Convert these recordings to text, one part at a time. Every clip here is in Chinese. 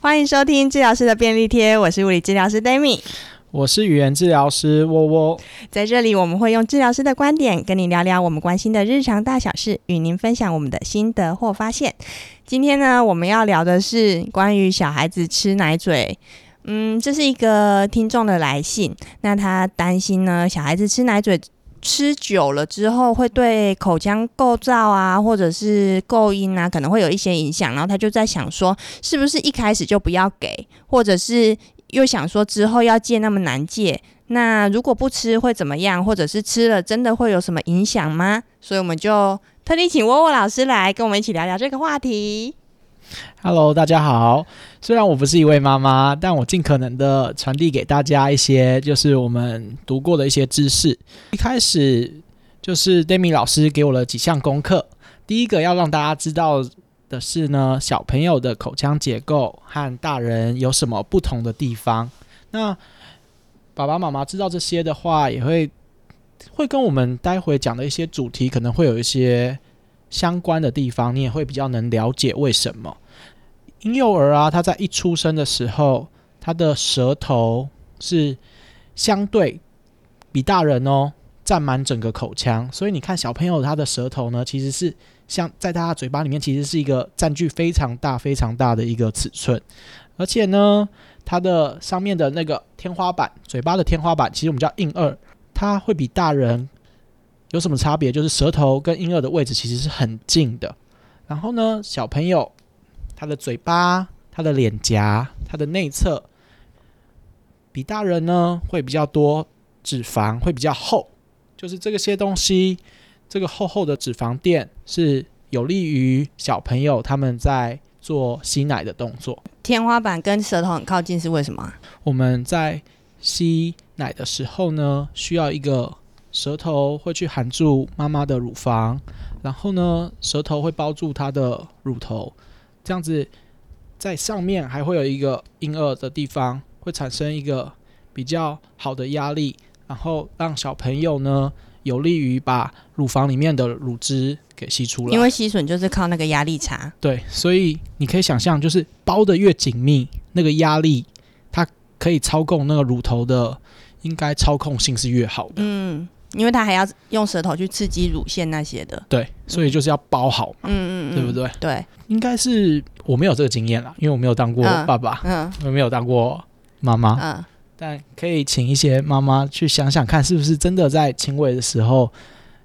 欢迎收听治疗师的便利贴，我是物理治疗师 d a m i 我是语言治疗师窝窝。在嗯这里我们会用治疗师的观点跟你聊聊我们关心的日常大小事，与您分享我们的心得或发现。今天呢，我们要聊的是关于小孩子吃奶嘴。嗯，这是一个听众的来信，那他担心呢，小孩子吃奶嘴吃久了之后会对口腔构造啊，或者是构音啊，可能会有一些影响。然后他就在想说，是不是一开始就不要给，或者是又想说之后要戒那么难戒？那如果不吃会怎么样？或者是吃了真的会有什么影响吗？所以我们就特地请沃沃老师来跟我们一起聊聊这个话题。 Hello，大家好。虽然我不是一位妈妈，但我尽可能的传递给大家一些就是我们读过的一些知识。一开始就是 Demi 老师给我了几项功课，第一个要让大家知道的是呢，小朋友的口腔结构和大人有什么不同的地方。那爸爸妈妈知道这些的话，也会会跟我们待会讲的一些主题可能会有一些相关的地方，你也会比较能了解为什么。婴幼儿啊，他在一出生的时候，他的舌头是相对比大人哦占满整个口腔，所以你看小朋友他的舌头呢，其实是像在他的嘴巴里面，其实是一个占据非常大、非常大的一个尺寸，而且呢，它的上面的那个天花板，嘴巴的天花板，其实我们叫硬腭，它会比大人有什么差别？就是舌头跟婴儿的位置其实是很近的。然后呢，小朋友他的嘴巴、他的脸颊、他的内侧，比大人呢会比较多脂肪，会比较厚。就是这个些东西，这个厚厚的脂肪垫是有利于小朋友他们在做吸奶的动作。天花板跟舌头很靠近是为什么啊？我们在吸奶的时候呢，需要一个舌头会去含住妈妈的乳房，然后呢，舌头会包住她的乳头，这样子在上面还会有一个婴儿的地方会产生一个比较好的压力，然后让小朋友呢有利于把乳房里面的乳汁给吸出来。因为吸吮就是靠那个压力差。对，所以你可以想象，就是包的越紧密，那个压力它可以操控那个乳头的，应该操控性是越好的。嗯，因为他还要用舌头去刺激乳腺那些的。对，所以就是要包好，嗯嗯嗯，对不？对？对，应该是我没有这个经验啦，因为我没有当过嗯爸爸，嗯我没有当过妈妈，嗯，但可以请一些妈妈去想想看，是不是真的在亲喂的时候，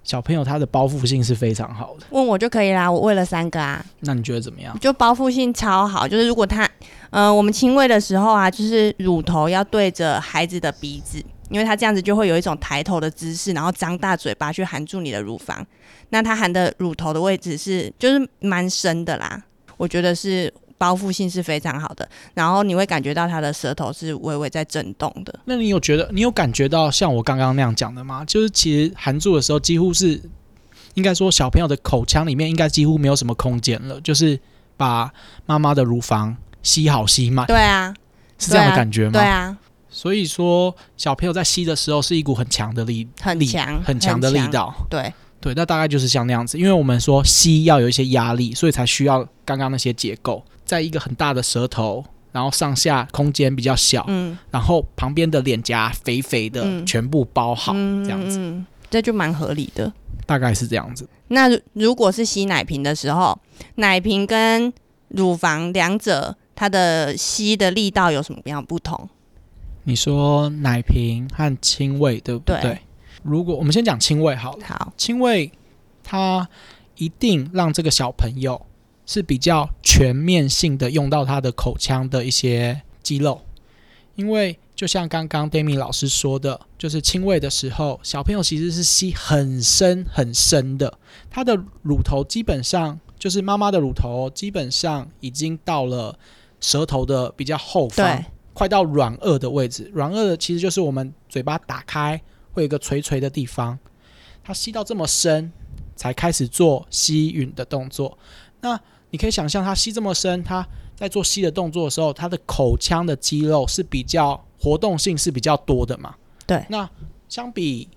小朋友他的包覆性是非常好的。问我就可以啦，我喂了三个啊。那你觉得怎么样？就包覆性超好，就是如果他，呃，我们亲喂的时候啊，就是乳头要对着孩子的鼻子，因为他这样子就会有一种抬头的姿势，然后张大嘴巴去含住你的乳房。那他含的乳头的位置是就是蛮深的啦，我觉得是包覆性是非常好的，然后你会感觉到他的舌头是微微在震动的。那你有觉得你有感觉到像我刚刚那样讲的吗？就是其实含住的时候，几乎是应该说小朋友的口腔里面应该几乎没有什么空间了，就是把妈妈的乳房吸好吸满，对啊，是这样对啊的感觉吗？对啊，所以说小朋友在吸的时候是一股很强的力，很力强，很强的力，道。对，对，那大概就是像那样子，因为我们说吸要有一些压力，所以才需要刚刚那些结构，在一个很大的舌头，然后上下空间比较小，嗯，然后旁边的脸颊肥肥的，嗯全部包好，这样子，嗯，嗯嗯这就蛮合理的。大概是这样子。那如如果是吸奶瓶的时候，奶瓶跟乳房两者它的吸的力道有什么样不同？你说奶瓶和亲喂对不对？对如果我们先讲亲喂好了，好，亲喂它一定让这个小朋友是比较全面性的用到他的口腔的一些肌肉，因为就像刚刚 Demi 老师说的，就是亲喂的时候，小朋友其实是吸很深很深的，他的乳头基本上就是妈妈的乳头基本上已经到了舌头的比较后方对，，快到软腭的位置。软腭的其实就是我们嘴巴打开会有一个垂垂的地方，它吸到这么深才开始做吸吮的动作。那你可以想象，它吸这么深，它在做吸的动作的时候，它的口腔的肌肉是比较活动性是比较多的嘛？对那相比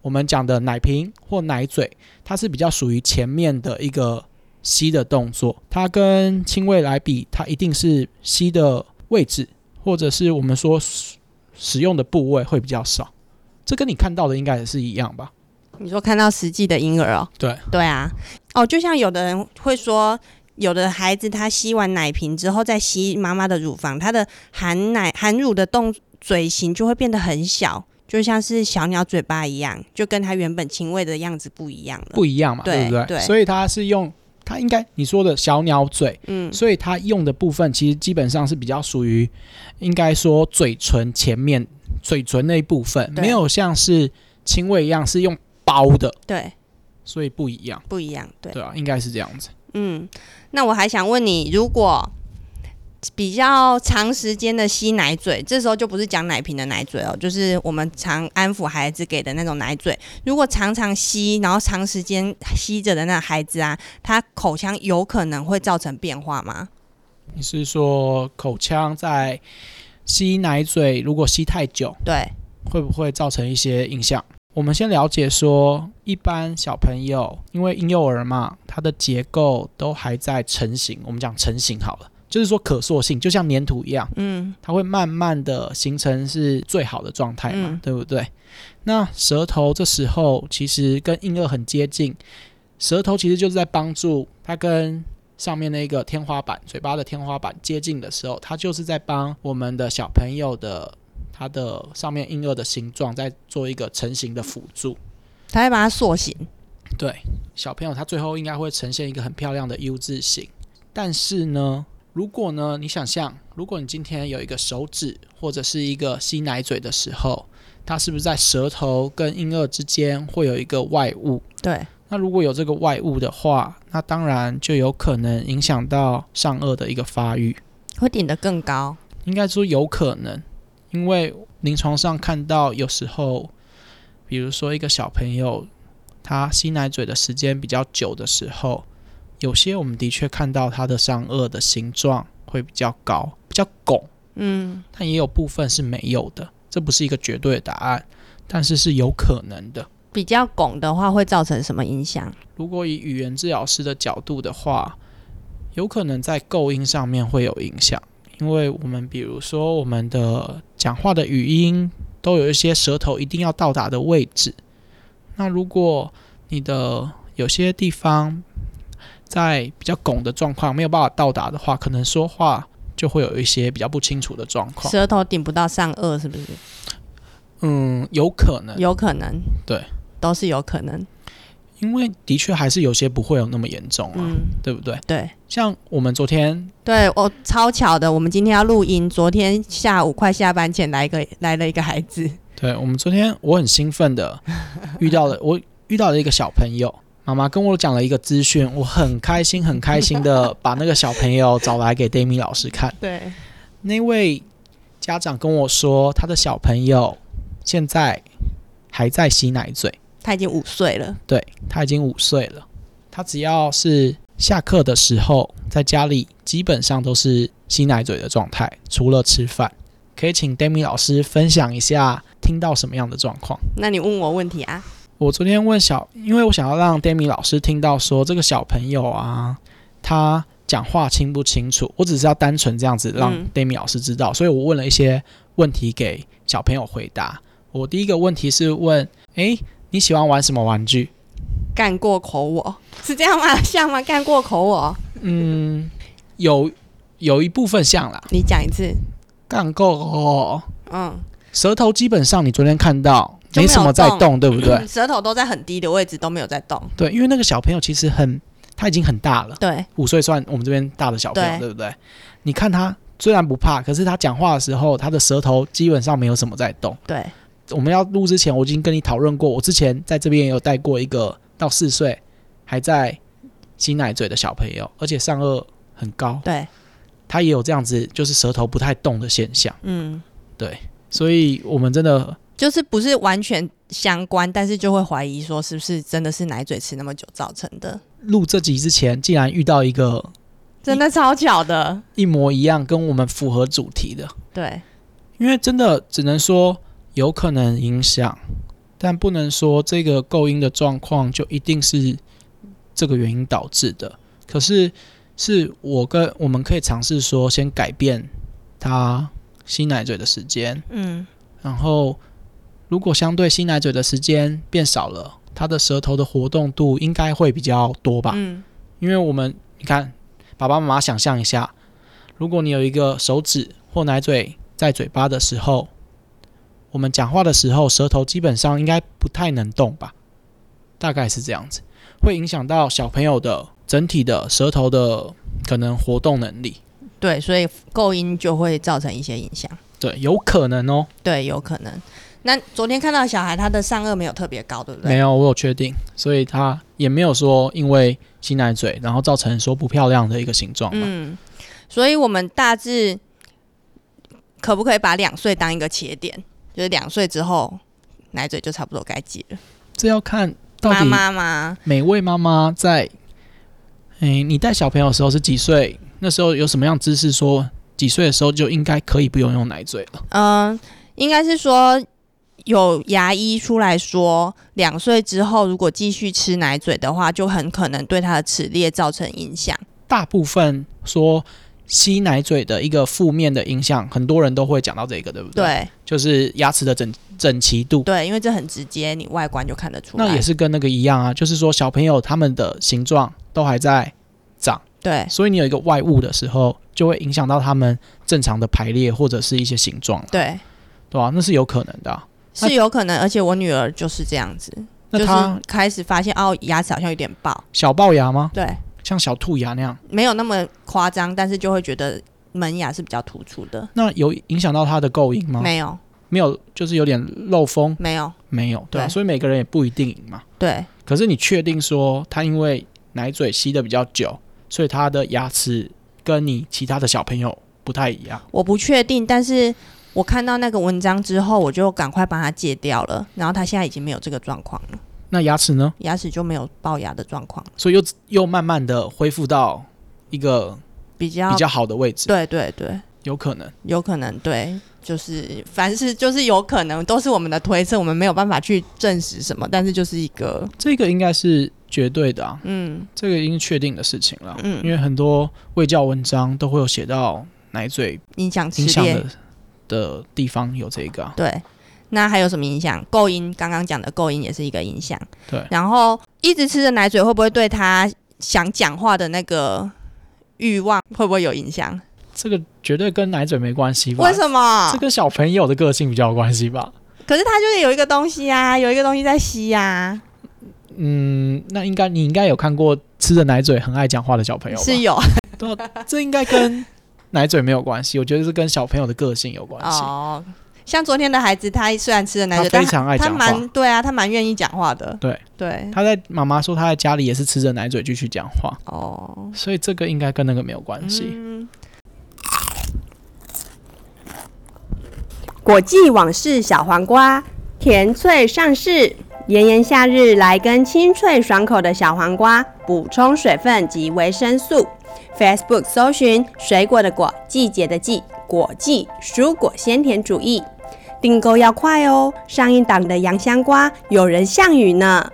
我们讲的奶瓶或奶嘴，它是比较属于前面的一个吸的动作，它跟亲喂来比，它一定是吸的位置，或者是我们说使使用的部位会比较少。这跟你看到的应该也是一样嗯吧？你说看到实际的婴儿哦，对对啊，哦，就像有的人会说，有的孩子他吸完奶瓶之后再吸妈妈的乳房，他的含奶含乳的动嘴型就会变得很小，就像是小鸟嘴巴一样，就跟他原本亲喂的样子不一样了。不一样嘛，对不对？对所以它是用它应该你说的小鸟嘴，嗯，所以它用的部分其实基本上是比较属于，应该说嘴唇前面嘴唇那一部分，对没有像是亲喂一样是用包的，对，所以不一样，不一样，对，对啊，应该是这样子。嗯，那我还想问你，如果比较长时间的吸奶嘴，这时候就不是讲奶瓶的奶嘴哦，就是我们常安抚孩子给的那种奶嘴。如果常常吸，然后长时间吸着的那孩子啊，他口腔有可能会造成变化吗？你是说口腔在吸奶嘴，如果吸太久，对，会不会造成一些影响？我们先了解说，一般小朋友因为婴幼儿嘛，它的结构都还在成型。我们讲成型好了，就是说可塑性，就像粘土一样，嗯，它会慢慢的形成是最好的状态嘛，嗯对不对？那舌头这时候其实跟婴儿很接近，舌头其实就是在帮助它跟上面那个天花板、嘴巴的天花板接近的时候，它就是在帮我们的小朋友的它的上面婴儿的形状在做一个成型的辅助。他会把它塑形。对，小朋友他最后应该会呈现一个很漂亮的 U 字形。但是呢，如果呢，你想象，如果你今天有一个手指或者是一个吸奶嘴的时候，它是不是在舌头跟婴儿之间会有一个外物？对，那如果有这个外物的话，那当然就有可能影响到上颚的一个发育。会顶得更高。应该说有可能，因为临床上看到有时候，比如说一个小朋友他吸奶嘴的时间比较久的时候，有些我们的确看到他的上颚的形状会比较高，比较拱，嗯，但也有部分是没有的。这不是一个绝对的答案，但是是有可能的。比较拱的话会造成什么影响？如果以语言治疗师的角度的话，有可能在构音上面会有影响，因为我们比如说我们的讲话的语音都有一些舌头一定要到达的位置。那如果你的有些地方在比较拱的状况没有办法到达的话，可能说话就会有一些比较不清楚的状况。舌头顶不到上颚，是不是？嗯，有可能，有可能。对，都是有可能。因为的确还是有些不会有那么严重啊，嗯，对不对？对。像我们昨天对我、超巧的，我们今天要录音，昨天下午快下班前来一个来了一个孩子，对我们昨天，我很兴奋的遇到了我遇到了一个小朋友，妈妈跟我讲了一个资讯，我很开心很开心的把那个小朋友找来给 d a m i 老师看。对，那位家长跟我说，他的小朋友现在还在吸奶嘴，他已经五岁了，对他已经五岁了，他只要是下课的时候在家里，基本上都是吸奶嘴的状态，除了吃饭。可以请 d a m i 老师分享一下听到什么样的状况。那你问我问题啊？我昨天问小，因为我想要让 Demi 老师听到说这个小朋友啊，他讲话清不清楚？我只是要单纯这样子让嗯 Demi 老师知道，所以我问了一些问题给小朋友回答。我第一个问题是问，诶，你喜欢玩什么玩具？干过口我是这样吗？像吗？干过口我，嗯，有有一部分像啦，你讲一次，干够哦，嗯，舌头基本上你昨天看到就没没有什么在动嗯动，对不对？舌头都在很低的位置都没有在动，对，因为那个小朋友其实很，他已经很大了。对，五岁算我们这边大的小朋友，对对不对？你看他虽然不怕，可是他讲话的时候，他的舌头基本上没有什么在动。对，我们要录之前，我已经跟你讨论过，我之前在这边也有带过一个到四岁还在吸奶嘴的小朋友，而且上颚很高，对，他也有这样子就是舌头不太动的现象。嗯，所以我们真的就是不是完全相关，但是就会怀疑说是不是真的是奶嘴吃那么久造成的，录这集之前，竟然遇到一个真的超巧的，一模一样跟我们符合主题的，对，因为真的只能说有可能影响，但不能说这个构音的状况就一定是这个原因导致的。可是是我跟我们可以尝试说先改变他吸奶嘴的时间，嗯然后如果相对吸奶嘴的时间变少了，他的舌头的活动度应该会比较多吧？嗯因为我们你看，爸爸妈妈想象一下，如果你有一个手指或奶嘴在嘴巴的时候，我们讲话的时候，舌头基本上应该不太能动吧？大概是这样子，会影响到小朋友的整体的舌头的可能活动能力。对，所以构音就会造成一些影响，对，有可能哦。对，有可能。那昨天看到小孩他的上颚没有特别高，对不没对？有，我有确定，所以他也没有说因为吸奶嘴，然后造成说不漂亮的一个形状嘛。嗯，所以我们大致可不可以把两岁当一个切点？就是两岁之后，奶嘴就差不多该戒了。这要看到妈底妈嘛，每位妈妈在，诶、你带小朋友的时候是几岁？那时候有什么样知识说几岁的时候就应该可以不用用奶嘴了？嗯、应该是说有牙医出来说，两岁之后如果继续吃奶嘴的话，就很可能对他的齿列造成影响。大部分说吸奶嘴的一个负面的影响，很多人都会讲到这个，对不对？，对就是牙齿的整整齐度。对，因为这很直接，你外观就看得出来。那也是跟那个一样啊，就是说小朋友他们的形状都还在长，对所以你有一个外物的时候，就会影响到他们正常的排列或者是一些形状了，对，对吧、那是有可能的啊、那是有可能。而且我女儿就是这样子，那就他是开始发现哦，牙齿好像有点爆，小龅牙吗？对，像小兔牙那样？没有那么夸张，但是就会觉得门牙是比较突出的。那有影响到他的构音吗？，没有，没有，就是有点漏风，没有，没有，对啊，对所以每个人也不一定赢嘛。对可是你确定说他因为奶嘴吸的比较久，所以他的牙齿跟你其他的小朋友不太一样？我不确定，但是我看到那个文章之后，我就赶快把它戒掉了。然后他现在已经没有这个状况了，那牙齿呢？牙齿就没有龅牙的状况，所以又又慢慢的恢复到一个比较比较好的位置，对对对，有可能。有可能对。就是凡是就是有可能都是我们的推测，我们没有办法去证实什么，但是就是一个这个应该是绝对的啊，嗯这个已经确定的事情了。因嗯为很多卫教文章都会有写到奶嘴影响吃影响裂的的地方有这个、啊，对，那还有什么影响？构音，刚刚讲的构音也是一个影响。对然后一直吃着奶嘴，会不会对他想讲话的那个欲望会不会有影响？这个绝对跟奶嘴没关系吧？为什么？这跟小朋友的个性比较有关系吧？可是他就是有一个东西啊，有一个东西在吸啊呀、嗯，那应该你应该有看过吃着奶嘴很爱讲话的小朋友吧？是有对啊，这应该跟奶嘴没有关系，我觉得是跟小朋友的个性有关系。哦。像昨天的孩子，他虽然吃了奶他嘴，非但他常爱他讲话蛮，对啊，他蛮愿意讲话的。对对，他在妈妈说他在家里也是吃着奶嘴继续讲话，哦，所以这个应该跟那个没有关系。嗯。果记往事小黄瓜，甜脆上市。炎炎夏日，来根清脆爽口的小黄瓜，补充水分及维生素。Facebook 搜寻“水果的果，季节的季，果季蔬果鲜甜主义”，订购要快哦！上一档的洋香瓜有人项羽呢。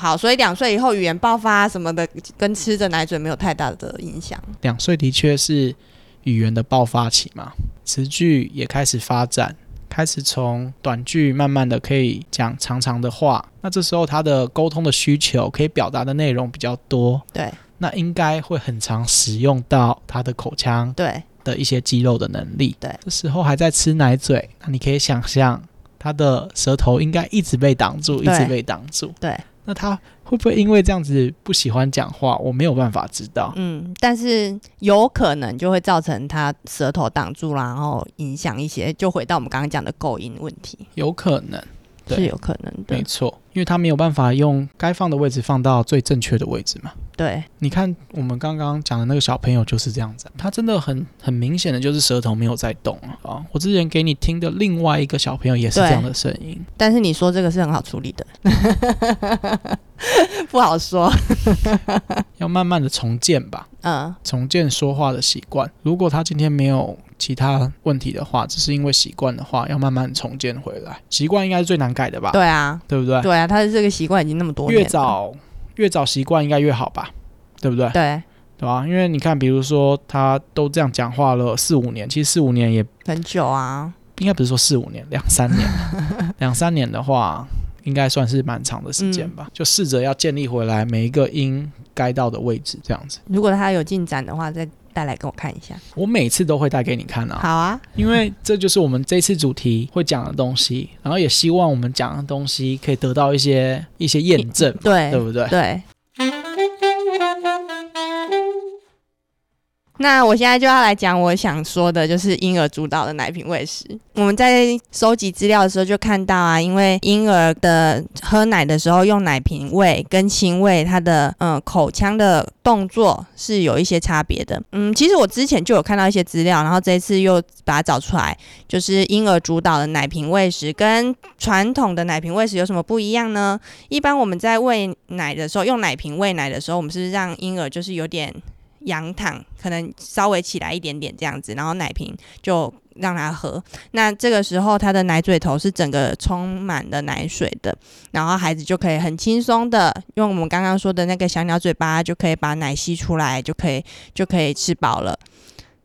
好，所以两岁以后语言爆发什么的，跟吃着奶嘴没有太大的影响。两岁的确是语言的爆发期嘛，词句也开始发展，开始从短句慢慢的可以讲长长的话。那这时候他的沟通的需求，可以表达的内容比较多，对那应该会很常使用到他的口腔对，的一些肌肉的能力。对，这时候还在吃奶嘴，那你可以想象他的舌头应该一直被挡住，一对直被挡住。对，那他会不会因为这样子不喜欢讲话？我没有办法知道。嗯，但是有可能就会造成他舌头挡住啦，然后影响一些，就回到我们刚刚讲的构音问题，有可能。对是有可能没的。错，因为他没有办法用该放的位置放到最正确的位置嘛。对你看我们刚刚讲的那个小朋友就是这样子啊，他真的很很明显的就是舌头没有在动啊啊。我之前给你听的另外一个小朋友也是这样的声音，但是你说这个是很好处理的， 不好说。要慢慢的重建吧，嗯，重建说话的习惯。如果他今天没有其他问题的话，只是因为习惯的话，要慢慢重建回来。习惯应该是最难改的吧，对啊，对不对？对啊，他的这个习惯已经那么多年越了，早越早习惯应该越好吧，对不对？对对吧？因为你看，比如说他都这样讲话了四五年，其实四五年也很久啊，应该不是说四五年，两三 年，两三年的话，应该算是蛮长的时间吧。就试着要建立回来每一个应该到的位置，这样子。如果他有进展的话，再带来给我看一下。我每次都会带给你看啊，好啊，因为这就是我们这次主题会讲的东西，然后也希望我们讲的东西可以得到一些一些验证，对对不对？对。那我现在就要来讲我想说的，就是婴儿主导的奶瓶喂食。我们在收集资料的时候就看到啊，因为婴儿的喝奶的时候用奶瓶喂跟亲喂，它的嗯口腔的动作是有一些差别的。嗯，其实我之前就有看到一些资料，然后这一次又把它找出来，就是婴儿主导的奶瓶喂食跟传统的奶瓶喂食有什么不一样呢？一般我们在喂奶的时候，用奶瓶喂奶的时候，我们是让婴儿就是有点仰躺，可能稍微起来一点点这样子，然后奶瓶就让他喝。那这个时候，他的奶嘴头是整个充满了奶水的，然后孩子就可以很轻松的用我们刚刚说的那个小鸟嘴巴，就可以把奶吸出来，就可以就可以吃饱了。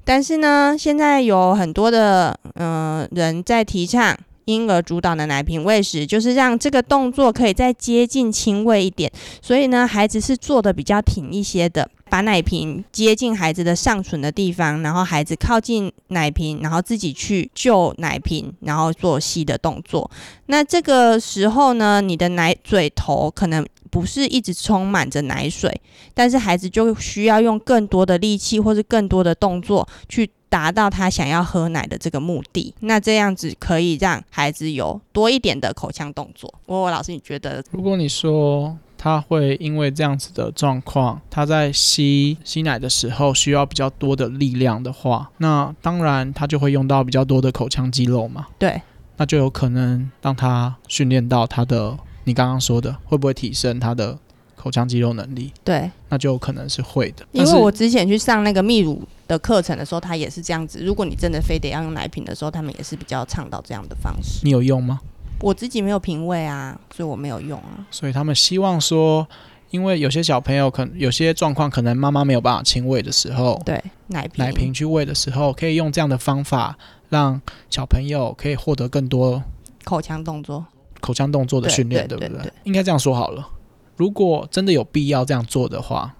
但是呢，现在有很多的嗯、呃人在提倡婴儿主导的奶瓶喂食，就是让这个动作可以再接近亲喂一点，所以呢，孩子是坐的比较挺一些的，把奶瓶接近孩子的上唇的地方，然后孩子靠近奶瓶，然后自己去救奶瓶，然后做吸的动作。那这个时候呢，你的奶嘴头可能。不是一直充满着奶水，但是孩子就需要用更多的力气或是更多的动作去达到他想要喝奶的这个目的。那这样子可以让孩子有多一点的口腔动作。我我老师，你觉得？如果你说他会因为这样子的状况，他在吸吸奶的时候需要比较多的力量的话，那当然他就会用到比较多的口腔肌肉嘛，对，那就有可能让他训练到他的你刚刚说的会不会提升他的口腔肌肉能力，对，那就有可能是会的。因但为是我之前去上那个泌乳的课程的时候，他也是这样子。如果你真的非得要用奶瓶的时候，他们也是比较倡导这样的方式。你有用吗？我自己没有瓶位啊，所以我没有用啊。所以他们希望说，因为有些小朋友可能有些状况，可能妈妈没有办法亲喂的时候，对，奶瓶，奶瓶去喂的时候，可以用这样的方法让小朋友可以获得更多口腔动作，口腔动作的对训练，对对不对对对？应该这样说好了。如果真的有必要这样做的话，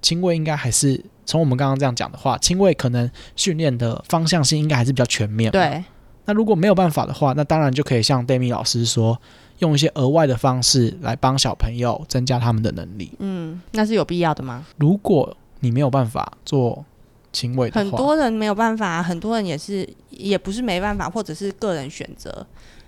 亲喂应该还是从我们刚刚这样讲的话，亲喂可能训练的方向性应该还是比较全面。。对，那如果没有办法的话，那当然就可以像 Demi 老师说，用一些额外的方式来帮小朋友增加他们的能力。嗯，那是有必要的吗？如果你没有办法做亲喂的很话，多人没有办法，很多人也是，也不是没办法，或者是个人选择，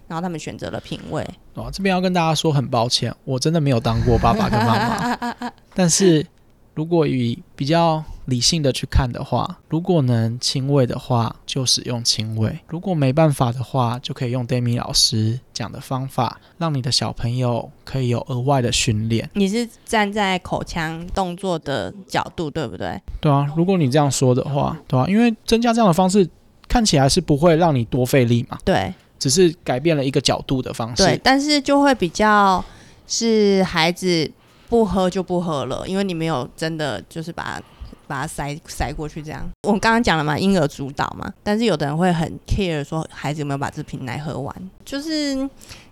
然后他们选择了品味。哦，这边要跟大家说，很抱歉，我真的没有当过爸爸跟妈妈。 但是如果以比较理性的去看的话，如果能亲喂的话，就使用亲喂；如果没办法的话，就可以用 Demi 老师讲的方法，让你的小朋友可以有额外的训练。你是站在口腔动作的角度，对不对？对啊，如果你这样说的话，对啊，因为增加这样的方式看起来是不会让你多费力嘛，对只是改变了一个角度的方对式，。但是就会比较是孩子不喝就不喝了，因为你没有真的就是把它把它塞塞过去这样。我刚刚讲了嘛，婴儿主导嘛，但是有的人会很 care 说孩子有没有把这瓶奶喝完，就是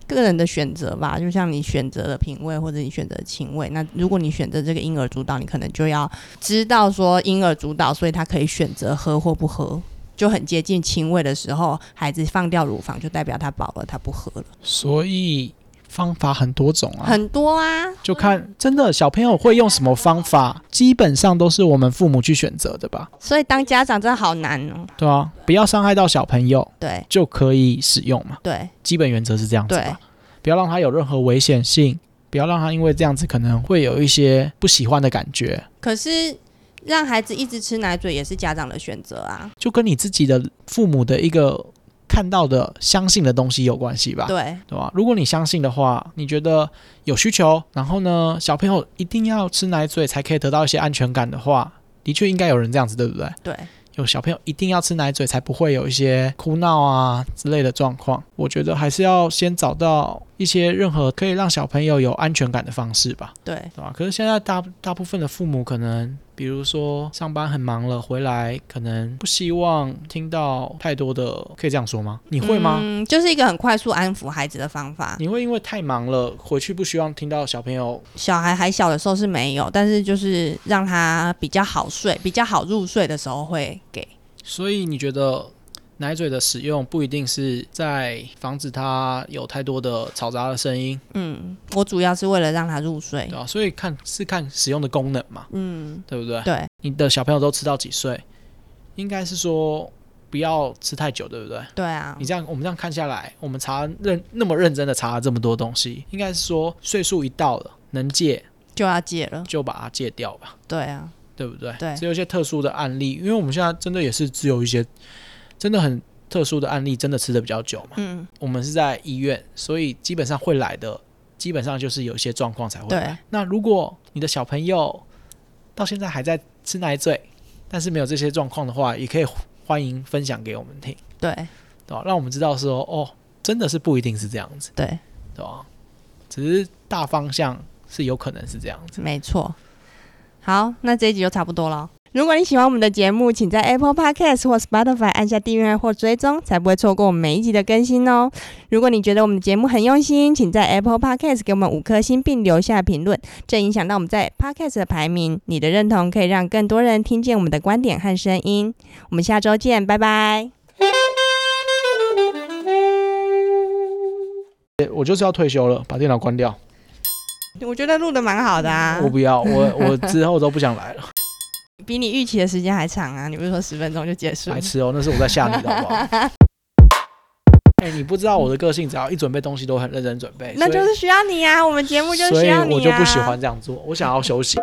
个人的选择吧。就像你选择了品味或者你选择情味，那如果你选择这个婴儿主导，你可能就要知道说婴儿主导，所以他可以选择喝或不喝。就很接近亲喂的时候，孩子放掉乳房，就代表他饱了，他不喝了。所以方法很多种啊，很多啊，就看真的小朋友会用什么方法，基本上都是我们父母去选择的吧，所以当家长真的好难哦。对啊，不要伤害到小朋友对就可以使用嘛，对基本原则是这样子对吧，不要让他有任何危险性，不要让他因为这样子可能会有一些不喜欢的感觉，可是让孩子一直吃奶嘴也是家长的选择啊。就跟你自己的父母的一个看到的、相信的东西有关系吧。对对吧？如果你相信的话，你觉得有需求，然后呢，小朋友一定要吃奶嘴才可以得到一些安全感的话，的确应该有人这样子，对不对？对，有小朋友一定要吃奶嘴才不会有一些哭闹啊之类的状况。我觉得还是要先找到一些任何可以让小朋友有安全感的方式吧，对，对吧？可是现在大大部分的父母可能，比如说上班很忙了，回来可能不希望听到太多的，可以这样说吗？你你会吗？嗯，就是一个很快速安抚孩子的方法。你会因为太忙了，回去不希望听到小朋友小孩还小的时候是没有，但是就是让他比较好睡、比较好入睡的时候会给。所以你觉得奶嘴的使用不一定是在防止它有太多的嘈杂的声音，嗯，我主要是为了让他入睡对。吧、所以看是看使用的功能嘛，嗯，对不对？对，你的小朋友都吃到几岁？应该是说不要吃太久，对不对？对啊你，这样，我们这样看下来，我们查认那么认真的查了这么多东西，应该是说岁数一到了，能戒就要戒了。就把它戒掉吧。对啊，对不对？对只有一些特殊的案例，因为我们现在真的也是只有一些真的很特殊的案例，真的吃的比较久嘛。嗯，我们是在医院，所以基本上会来的，基本上就是有一些状况才会啊对来。那如果你的小朋友到现在还在吃奶嘴，但是没有这些状况的话，也可以欢迎分享给我们听，对对吧？让我们知道说，哦，真的是不一定是这样子，对，对吧？只是大方向是有可能是这样子。没错。好，那这一集就差不多了。如果你喜欢我们的节目，请在 Apple Podcast 或 Spotify 按下订阅或追踪，才不会错过我们每一集的更新哦。如果你觉得我们的节目很用心，请在 Apple Podcast 给我们五颗星并留下评论，这影响到我们在 Podcast 的排名。你的认同可以让更多人听见我们的观点和声音。我们下周见，拜拜。我就是要退休了，把电脑关掉。我觉得录的蛮好的啊我不要，我 我之后都不想来了，比你预期的时间还长啊！你不是说十分钟就结束白痴哦，那是我在吓你的好不好？ 哎、你不知道我的个性，只要一准备东西都很认真准备，那就所以是需要你啊，我们节目就是所需以要你啊。我就不喜欢这样做，我想要休息。